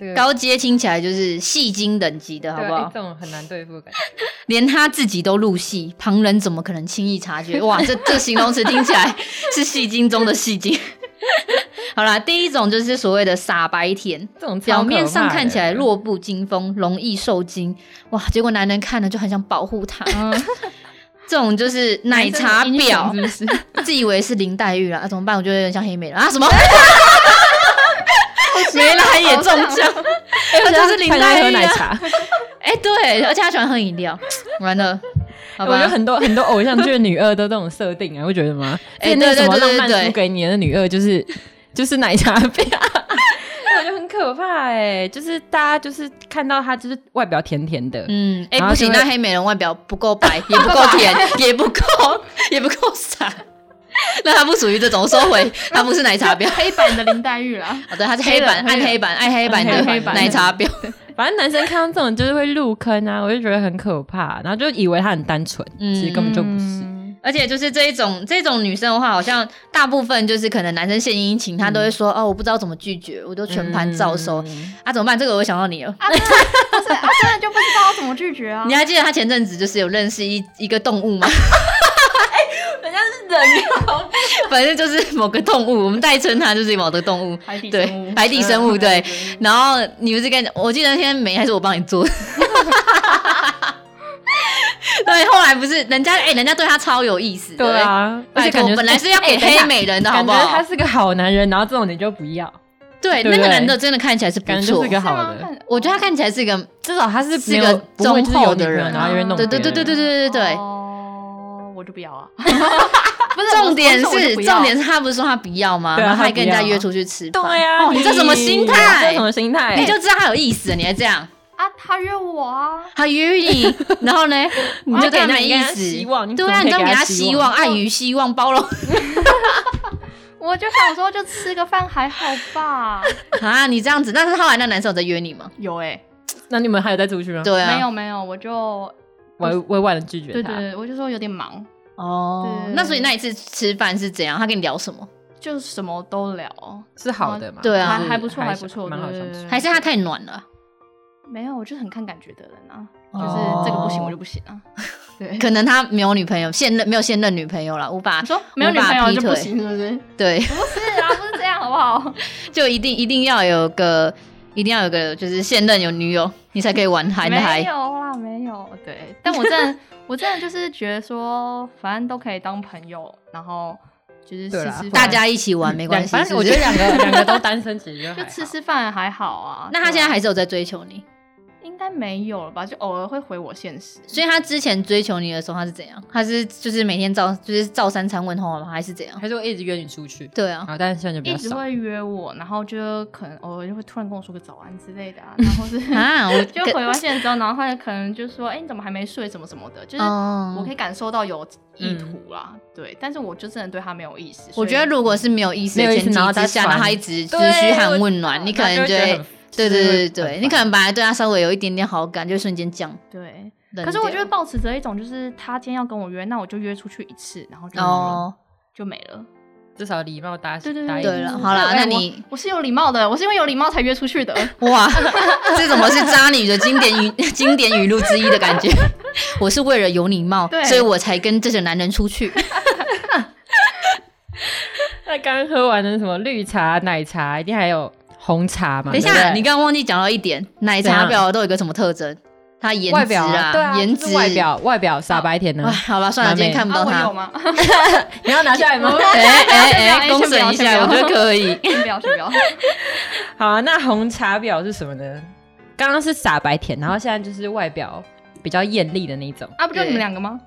这个高阶听起来就是戏精等级的，好对不啊，好这？种很难对付的感觉。连他自己都入戏，旁人怎么可能轻易察觉？哇，这这形容词听起来是戏精中的戏精。 好啦，第一种就是所谓的傻白甜，这种表面上看起来 弱，弱不禁风，容易受惊，哇，结果男人看了就很想保护他。 嗯这种就是奶茶男生的英雄婊 是，不是？自以为是林黛玉啦，啊、怎么办？我觉得有点像黑美人啊，什么？没来也中 奖，哎他就是林黛喝玉、奶啊。 茶，哎、对，而且他喜欢喝饮料，完了，好我觉得吧。很多很多偶像剧的女二都这种设定啊，会觉得吗？哎之前那个对对什么对对浪漫对 啊输给你的那女二就是就是奶茶婊，我觉得很可可怕哎、就是大家就是看到他就是外表甜甜的，嗯，哎、然不后就行，会那黑美人外表不够白，也不够甜，也不够，也不够傻。那他不属于这种，我收回，他不是奶 茶婊。黑版的林黛玉啦， 好的，他是黑板，黑暗人黑板，暗黑板暗的黑版奶茶婊。反正男生看到这种就是会入坑啊，我就觉得很可怕，然后就以为他很单纯，嗯其实根本就不是。嗯而且就是这一种这种女生的话，好像大部分就是可能男生献殷勤，他都会说、哦，我不知道怎么拒绝，我都全盘照收、嗯啊，怎么办？这个我又想到你了。啊，真的不是啊，真的就不知道怎么拒绝 啊你。还记得他前阵子就是有认识一一个动 物吗？哎人家是人，哦反正就是某个动物，我们代称它就是某个动物。海底对生物，海底生物嗯对然后你不是跟我记得那天没还是我帮你 做的，对，后来不是人家哎、人家对他超有意思，对，啊，而拜且托感觉本来是要给哎等一黑下美人的好感不觉他好？是个好男人，然后这种你就不要，对，对那不个对男的真的看起来是不感觉就错是一，个是好吗哦的。看我觉得他看起来是一个，至少他是是没有个不会就是忠厚有的女朋友人啊然后又会弄对对对别对对人对对对。哦，我就不要啊。 不是，重点我是我就不要重点是他不是说他不要吗？对啊然后还他不跟人家要约出去吃饭，对呀、啊哦你这什么心你态这什么心态？你就知道他有意思，你还这样，啊，他约我啊，他约 你，然后呢，你就我要给对他他没你意给他思，希望你对总啊，可以你都给给他他希希望望、爱与希望、包容 我就想说就吃个饭还好吧。啊，你这样子，但是后来那男生有在约你吗？有哎，那你们还有再出去吗？对啊，没有没有，我就委委婉的拒绝对他。对，对我就说有点忙，哦对。那所以那一次吃饭是怎样？他跟你聊什么？就什么都聊，是好的嘛？对啊就是还还不错还不错蛮好相对对处对。还是他太暖了？没有，我就是很看感觉的人啊，就是哦这个不行我就不行 啊。对， 可能他没有女朋友，现任没有现任女朋友了，无法你说没有女朋友就不行是不是？对，不是啊，不是这样好不好？就一定一定要有个，一定要有个，就是现任有女友，你才可以玩嗨的没嗨。有啦，没有。对，但 我真的，我真的就是觉得说，反正都可以当朋友，然后就是对吃啦吃大家一起玩没关系，反是正不我是觉得两个 两个都单身，其实就还就好吃吃饭还好啊。那他现在对啊还是有在追求你，应该没有了吧？就偶尔会回我现实，所以他之前追求你的时候他是怎样？他是就是每天照就是照三餐问候吗？还是怎样？还是会一直约你出去。对 啊，好，但是现在就比一较直少。会约我，然后就可能偶尔就会突然跟我说个早安之类 的啊，然后是啊， 我 就回完现实之后，然后他可能就说：“哎、你怎么还没睡？什么什么的。”嗯就是哦嗯我可以感受到有意图啦，对，但是我就真的对他没有意思。我所以觉得如果是没有意思没的有意前思提然后再之下，那传他一直嘘对嘘寒我问暖，你可能就就觉得会很，对对对对对，你可能能本来对他稍微有一点点好感，就瞬间降。对，冷可是我掉就会抱持着一种，就是他今天要跟我约，那我就约出去一次，然后就、哦，就没了。至少礼貌搭对对搭对，一对点了就是好啦哎那我你我是有礼貌的，我是因为有礼貌才约出去 的。哇， 这怎么是渣女的经典语 经典语录之一的感 觉？我是为了有礼貌对，所以我才跟这种男人出去。那刚喝完的什么绿茶、奶茶，一定还有红茶嘛？等一对不下，对你刚刚忘记讲到一点，奶怎茶样婊都有一个什么特征？她颜外值表对啊，颜就值是外。表外表傻白甜呢哎，，好吧，算了，蛮今天美看不啊，到我她有。吗？你要拿下来吗？ 哎哎哎， 先公不审要一先下，我不觉要得可以。先不要，先不要。 好啊，那红茶婊是什么呢？刚刚是傻白甜，然后现在就是外表比较艳丽的那一种。啊，不就你们两个吗？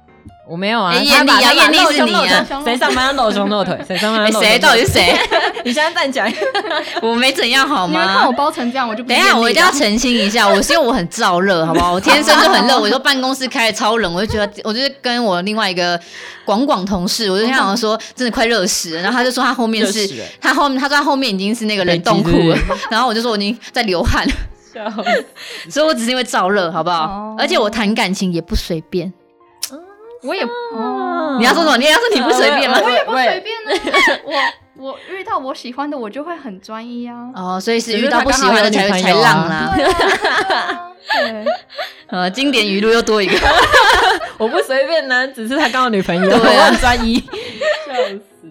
我没有啊，哎他把艳丽啊他把艳丽露是胸你露啊胸谁上班要露胸露腿？谁上班要哎，露胸？谁到底是谁？ 你现在站起来， 我没怎样好你们看我吗？包成这样，我就不等一下，艳我一丽定要了澄清一 下，我是因为我很燥热，好不好？我天生就很热，我说办公室开的超冷，我就觉得，我就是跟我另外一个广广同事，我就想想说，真的快热死了。然后他就说他后面热死是了，他后面他说他后面已经是那个冷冻库了北极。然后我就说我已经在流汗， 笑死所以我只是因为燥热，好不好哦？而且我谈感情也不随便。哦我也哦你要说什么？你要说你不随便吗？我也我随便呢、 我我遇到我喜欢的，我就会很专一啊。哦，所以是遇到不喜欢的才只是他刚好才有女朋友啊浪啦。对啊对啊呃，经典语录又多一个。我不随便呢，只是他刚好女朋友，对啊我很专一，笑死。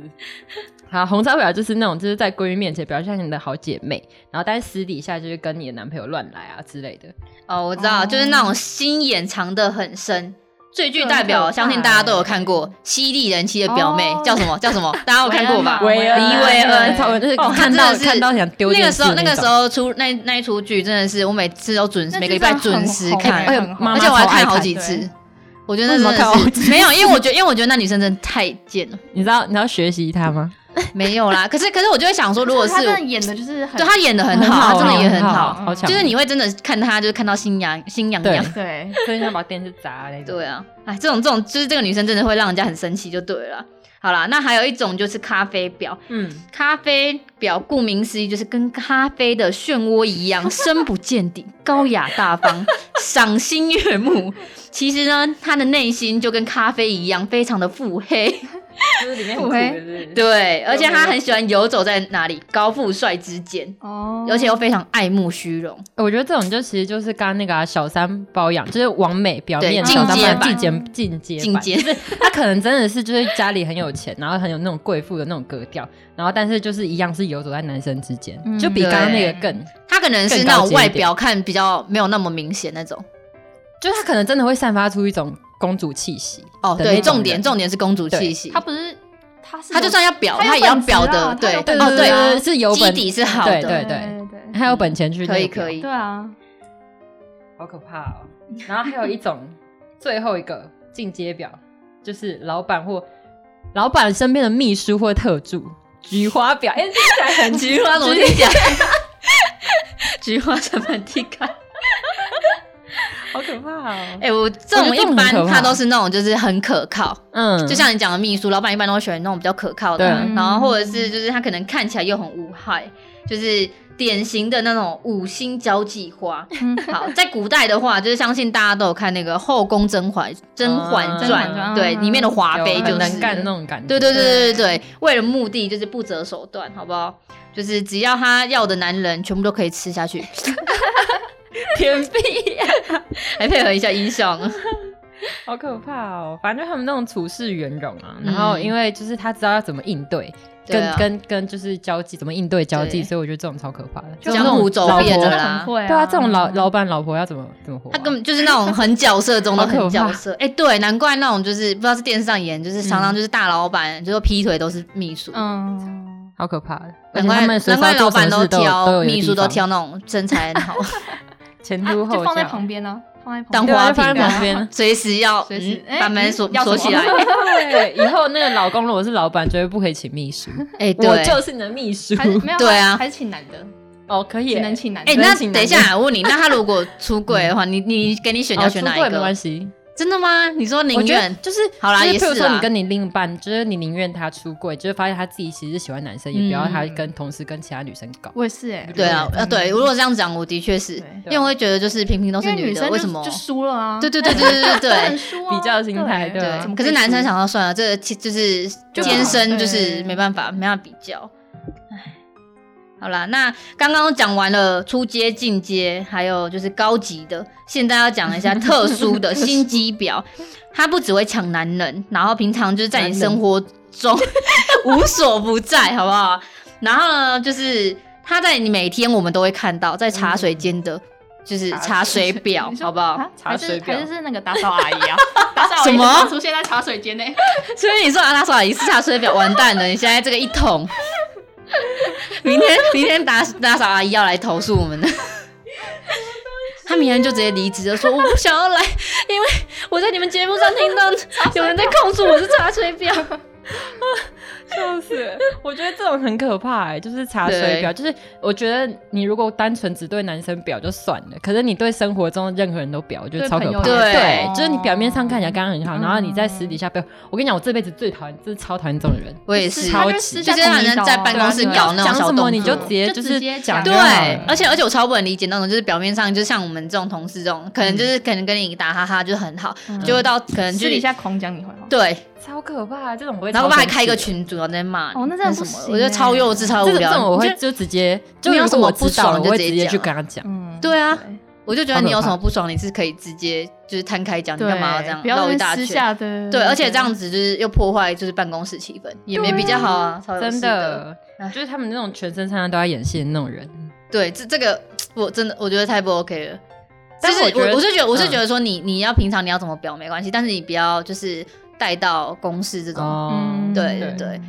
好，红茶婊就是那种，就是在闺蜜面前表现你的好姐妹，然后但是私底下就是跟你的男朋友乱来啊之类的。哦，我知道，哦就是那种心眼藏得很深。最具代这很可表，怕欸相信大家都有看过《犀利人妻》的表妹哦叫什么？叫什 么？大家有看过吧？薇薇恩恩，啊黎薇恩超就是哦看到她真的是看到想丢那电个视时候，那个时种，候出那那一出剧真的是，我每次都准时，那每个礼拜剧真的准很时红看，哎呦很好妈而妈且我还超爱看好看欸几次对。我觉得那为什么真看好的是没有，因为我觉得，因为我觉得那女生真的太贱了。你知道你知道学习他吗？没有啦。可是可是我就会想说，如果是他真的演的就是很对他演的很很好，他真的也很好，好，好强，就是你会真的看他就是看到心痒心痒对痒。对，真的想把电视砸那种。对啊，哎，这种这种就是这个女生真的会让人家很生气，就对了。好啦，那还有一种就是咖啡婊，嗯，咖啡婊顾名思义就是跟咖啡的漩涡一样深不见底，高雅大方，赏心悦目。其实呢，她的内心就跟咖啡一样，非常的腹黑。就是里面很很土的对对，而且她很喜欢游走在哪里高富帅之间，哦而且又非常爱慕虚荣。我觉得这种就其实就是刚刚那个、啊、小三包养，就是完美表面对小三进阶包版养进阶进进阶阶版，就是他可能真的是就是家里很有钱，然后很有那种贵妇的那种格调，然后但是就是一样是游走在男生之间，嗯就比刚刚那个更，她可能是更那高种阶一外点表看比较没有那么明显那种。就是他可能真的会散发出一种公主气息哦，的那对，种重点人重点是公主对气息。他不是他是他就算要表，他有他也要本质表啊的，他对有对本哦对质对啊对，是有基本底是好对的，对对对还有本钱去可以那个表可以对啊，好可怕哦。然后还有一种最后一个进阶表，就是老板或老板身边的秘书或特助，菊花表。哎、听起 来很菊花怎么听起来？菊花什么地看？好可怕哦。 哎、我这种我觉得这一种般很可怕他都是那种就是很可靠，嗯，就像你讲的秘书，老板一般都会选那种比较可靠的，对然后或者是就是他可能看起来又很无害，就是典型的那种五星交际花。好，在古代的话，就是相信大家都有看那个《后宫甄嬛甄嬛嗯传》甄嬛传对，嗯里面的华有妃很就是能干那种感觉。对对对对对对对，为了目的就是不择手段，好不好？就是只要他要的男人，全部都可以吃下去， 啊天壁，还配合一下音效 呢。好可怕哦。反正就他们那种处事圆融啊，然后因为就是他知道要怎么应对。嗯对跟、啊跟跟就是交际怎么应对交际，对所以我觉得这种超可怕的，江这种湖走老遍婆了真的啦很会啊，对啊，这种老老板老婆要怎么怎么活啊、他根本就是那种很角色中的好可怕很角色，哎、对，难怪那种就是不知道是电视上演，就是常嗯常就是大老板，就是劈腿都是秘书，嗯，好可怕的。而难且他怪们随难手怪做老什板么事都有都有挑一个秘书地都方挑那种身材 很好，前啊凸后就放在翘旁边呢，放在当旁边花对瓶放在啊。旁边随时要随时嗯哎把门嗯锁要锁什么起 来， 对，以后那个老公如果是老板，绝对不可以请秘书。哎、我对。就是你的秘 书。还是没有对啊还是请男的，哦，可以只耶。能请男哎、的。不那能请男等一的 下，我问你，那他如果出轨的话，你你给你选，你要嗯哦选出哪柜一没个关？系，真的吗？你说我宁觉得愿就是好啦就是也譬如是说啦你跟你另一半，就是你宁愿他出柜，就是发现他自己其实是喜欢男生，也不嗯要他跟同时跟其他女生搞。我也是哎，对啊，啊对，如果这样讲，我的确是，因嗯对为我会觉得就是平平都因是为女的，生为就什么就？输了啊？对对对对对对不能对输啊比较心态对怎对。么可以是男生输想要算了，这个其就是就天生就是对没办法，没办法比较。唉，好啦，那刚刚讲完了初阶、进阶，还有就是高级的，现在要讲一下特殊的心机婊，它不只会抢男人，然后平常就是在你男人生活中无所不在，好不好？然后呢，就是它在你每天我们都会看到，在茶水间的，就是茶水婊你，说好不好？啊茶还是水表还是是那个打扫 阿姨啊，打扫阿什姨么常常出现在茶水间内？所以你说阿拉斯瓦一次查水表完蛋了，你现在这个一桶，明天明天打打扫阿姨要来投诉我们的。他明天就直接离职了，说我不想要来，因为我在你们节目上听到有人在控诉我是茶水表。就是， 我觉得这种很可怕哎、就是茶水表，就是我觉得你如果单纯只对男生表就算了，可是你对生活中任何人都表，我觉得对超可怕。朋友也对是就是你表面上看起来刚刚很好，嗯然后你在私底下表，我跟你讲，我这辈子最讨厌，就是超讨厌这种人。我也是，超他就是就私级下让捅你人刀在啊办公室对啊搞那种小讲什动作么你就直接就是直接讲就对好了，而且而且我超不能理解那种，就是表面上就像我们这种同事这种，可能就是可能跟你打哈哈就是很好，嗯就会到可能就 私底下狂讲你坏话。对，超可怕，这种我会超然生气。后我爸还开一个群组，然后在那骂你。哦那真的什不么？行我觉得欸超幼稚，啊超无这种聊。这种我你会就就直接，就你有如什果么我不知道爽了，就我会直接直接去讲跟他讲。嗯对啊对我就觉得你有什么超可不爽，你是可以直接就是摊开讲，你对，干嘛要这样不要绕一在大私圈？下的对，而且这样子就是又破坏就是办公室气氛，也没比较好啊，超有事真的。哦的哎， 就是他们那种全身上下都要演戏的那种人，对，这这个我真的我觉得太不 OK 了。就但是我觉得我是觉得我是嗯觉得说你你要平常你要怎么表没关系，但是你不要就是带到公事这种。哦，对对对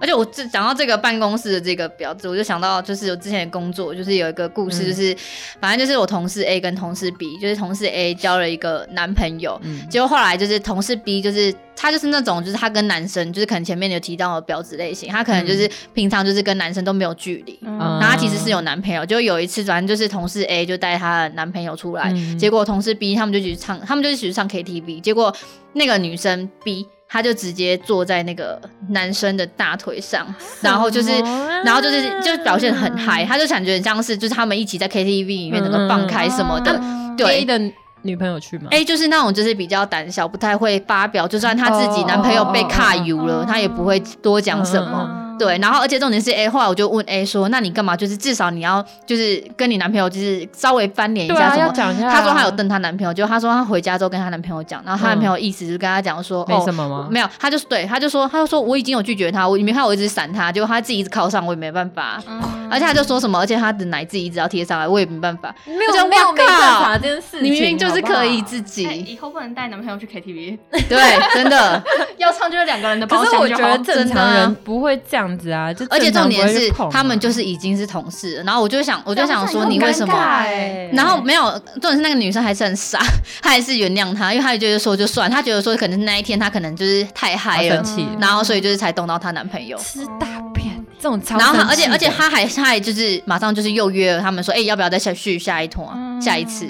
而且我这讲到这个办公室的这个标志，我就想到就是我之前的工作，就是有一个故事，嗯就是、反正就是我同事 A 跟同事 B，就是同事 A 交了一个男朋友，嗯，结果后来就是同事 B，就是他就是那种就是他跟男生就是可能前面有提到的婊子类型，他可能就是平常就是跟男生都没有距离，嗯然后她其实是有男朋友，就有一次反正就是同事 A 就带她的男朋友出来，嗯结果同事 B 他们就一起去唱，他们就一起去唱 KTV，结果那个女生 B 她就直接坐在那个男生的大腿上，然后就是什么啊。然后就是就表现得很嗨，她就感觉很像是就是他们一起在 KTV 里面能够放开什么的，嗯对 A 的女朋友去吗？ A 哎就是那种就是比较胆小，不太会发表，就算她自己哦男朋友被卡油哦哦了，哦她也不会多讲什嗯嗯么。啊对，然后而且重点是哎 A，后来我就问 A 说：“那你干嘛？就是至少你要就是跟你男朋友就是稍微翻脸一对下啊，什要么。讲一下啊。她说她有瞪她男朋友，就她说她回家之后跟她男朋友讲，然后她男朋友意思就是跟她讲说：“嗯没哦什，么吗？没有，她就是对，她就说她就说我已经有拒绝他，我你没看我一直闪他，结果他自己一直靠上，我也没办法。嗯而且她就说什么，而且她的奶自己一直要贴上来，我也没办法。没我想没有哇没办靠法这件事情，你明明就是可以好不好自己，哎以后不能带男朋友 去 KTV，对，真 的。”要唱就是两个人的包可是厢我就觉好。得真正的常啊人不会这样子啊，就而且正常重点不会去是碰啊他们就是已经是同事了，然后我就想，我就想说你为什这样么？子欸然后没有，重点是那个女生还是很傻，她还是原谅他，因为她觉得说就算，她觉得说可能是那一天她可能就是太好嗨生了，气，嗯然后所以就是才动到她男朋友。吃大便这种超然后她，生而且气而且的她还她还就是马上就是又约了他们说，哎、要不要再下续下一通啊，嗯哦下一次？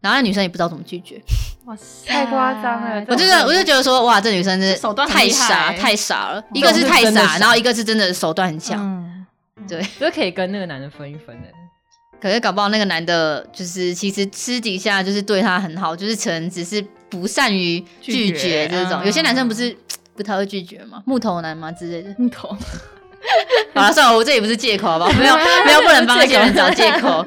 然后那女生也不知道怎么拒绝，哇塞，太夸张了我这就种是我就觉得说，哇，这女生真手的段很太厉傻害太傻了，一这个种是是太真的傻，傻然后一个是真的手段很强。嗯对，就可以跟那个男的分一分的。可是搞不好那个男的，就是其实私底下就是对她很好，就是可能只是不善于拒拒绝绝这种。嗯有些男生不是不太会拒绝吗？木头男吗之类的。 木头，好了，算了，我这也不是借口，好不好？ 没有没有，不能帮那些人找借口。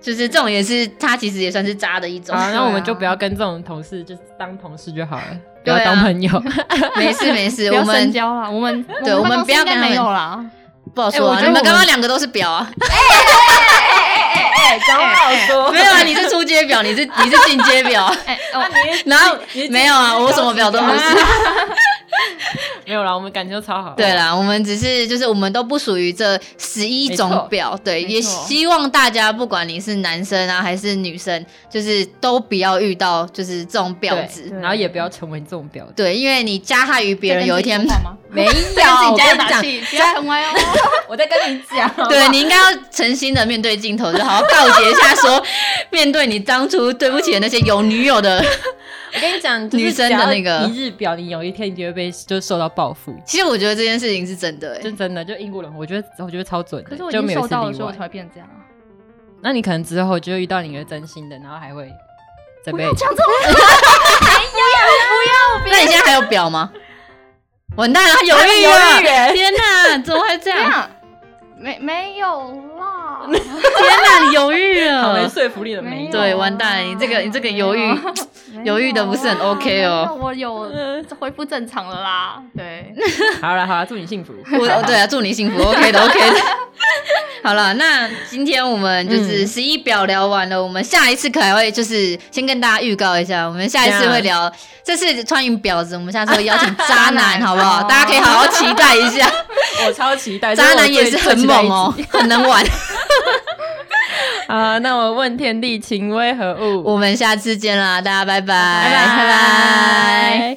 就是这种也是他其实也算是渣的一种好，。那我们就啊不要跟这种同事，就是当同事就好了，不对要啊当朋友。 没事没 事，不我要深们交啦，我们对我们办公室不要应该跟他们没有啦，不好说哎我觉啊。得你们我刚刚两个都是表啊， 哎，讲好 说没有啊？你是初阶表，你是你是进阶表，哎，哦， 然后没有啊，我什么表都不是。 没有啦，我们感情都超好。对，啦，我们只是就是我们都不属于这十一没种错表，对，没也错希望大家不管你是男生啊还是女生，就是都不要遇到就是这种婊婊子子，，然后也不要成为这种婊子。对，因为你加害于别人，有一天 这跟自己说话吗没有，啊这跟自己我加油跟你打 讲，气，不要成为哦。我在跟你讲，对你应该要诚心的面对镜头，就好好告诫一下说，面对你当初对不起的那些有女友的，我跟你讲，就是女生的那个只要一日表，你有一天你就会被就受到报复。其实我觉得这件事情是真的、就欸，真的，就英国人，我觉得我觉得超准的，可是我已就经没有收一次到了，例所以我才外。会变这样啊。那你可能之后就会遇到你的真心的，然后还会再被讲这种那你现在还有表吗？完蛋了，犹豫 还没犹豫了，欸天哪，怎么会这这 样？样，没没有啦，天哪，你犹豫了，好没说服力的没没有有。对，完蛋了，你这个你这个犹豫，犹豫得不是很 OK 哦那我有恢复正常了啦，对，好了好了，祝你幸福。我哦对啊，祝你幸福，OK 的 OK 的。 好了，那今天我们就是嗯十一表聊完了，我们下一次可能会就是先跟大家预告一下，我们下一次对啊会聊，这次穿云婊子，我们下次会邀请渣渣男，男好不好？哦大家可以好好期待一下，我超期待，渣男也是很猛 哦，很能玩。啊，那我问天地情为何物？我们下次见啦，大家拜拜，拜拜。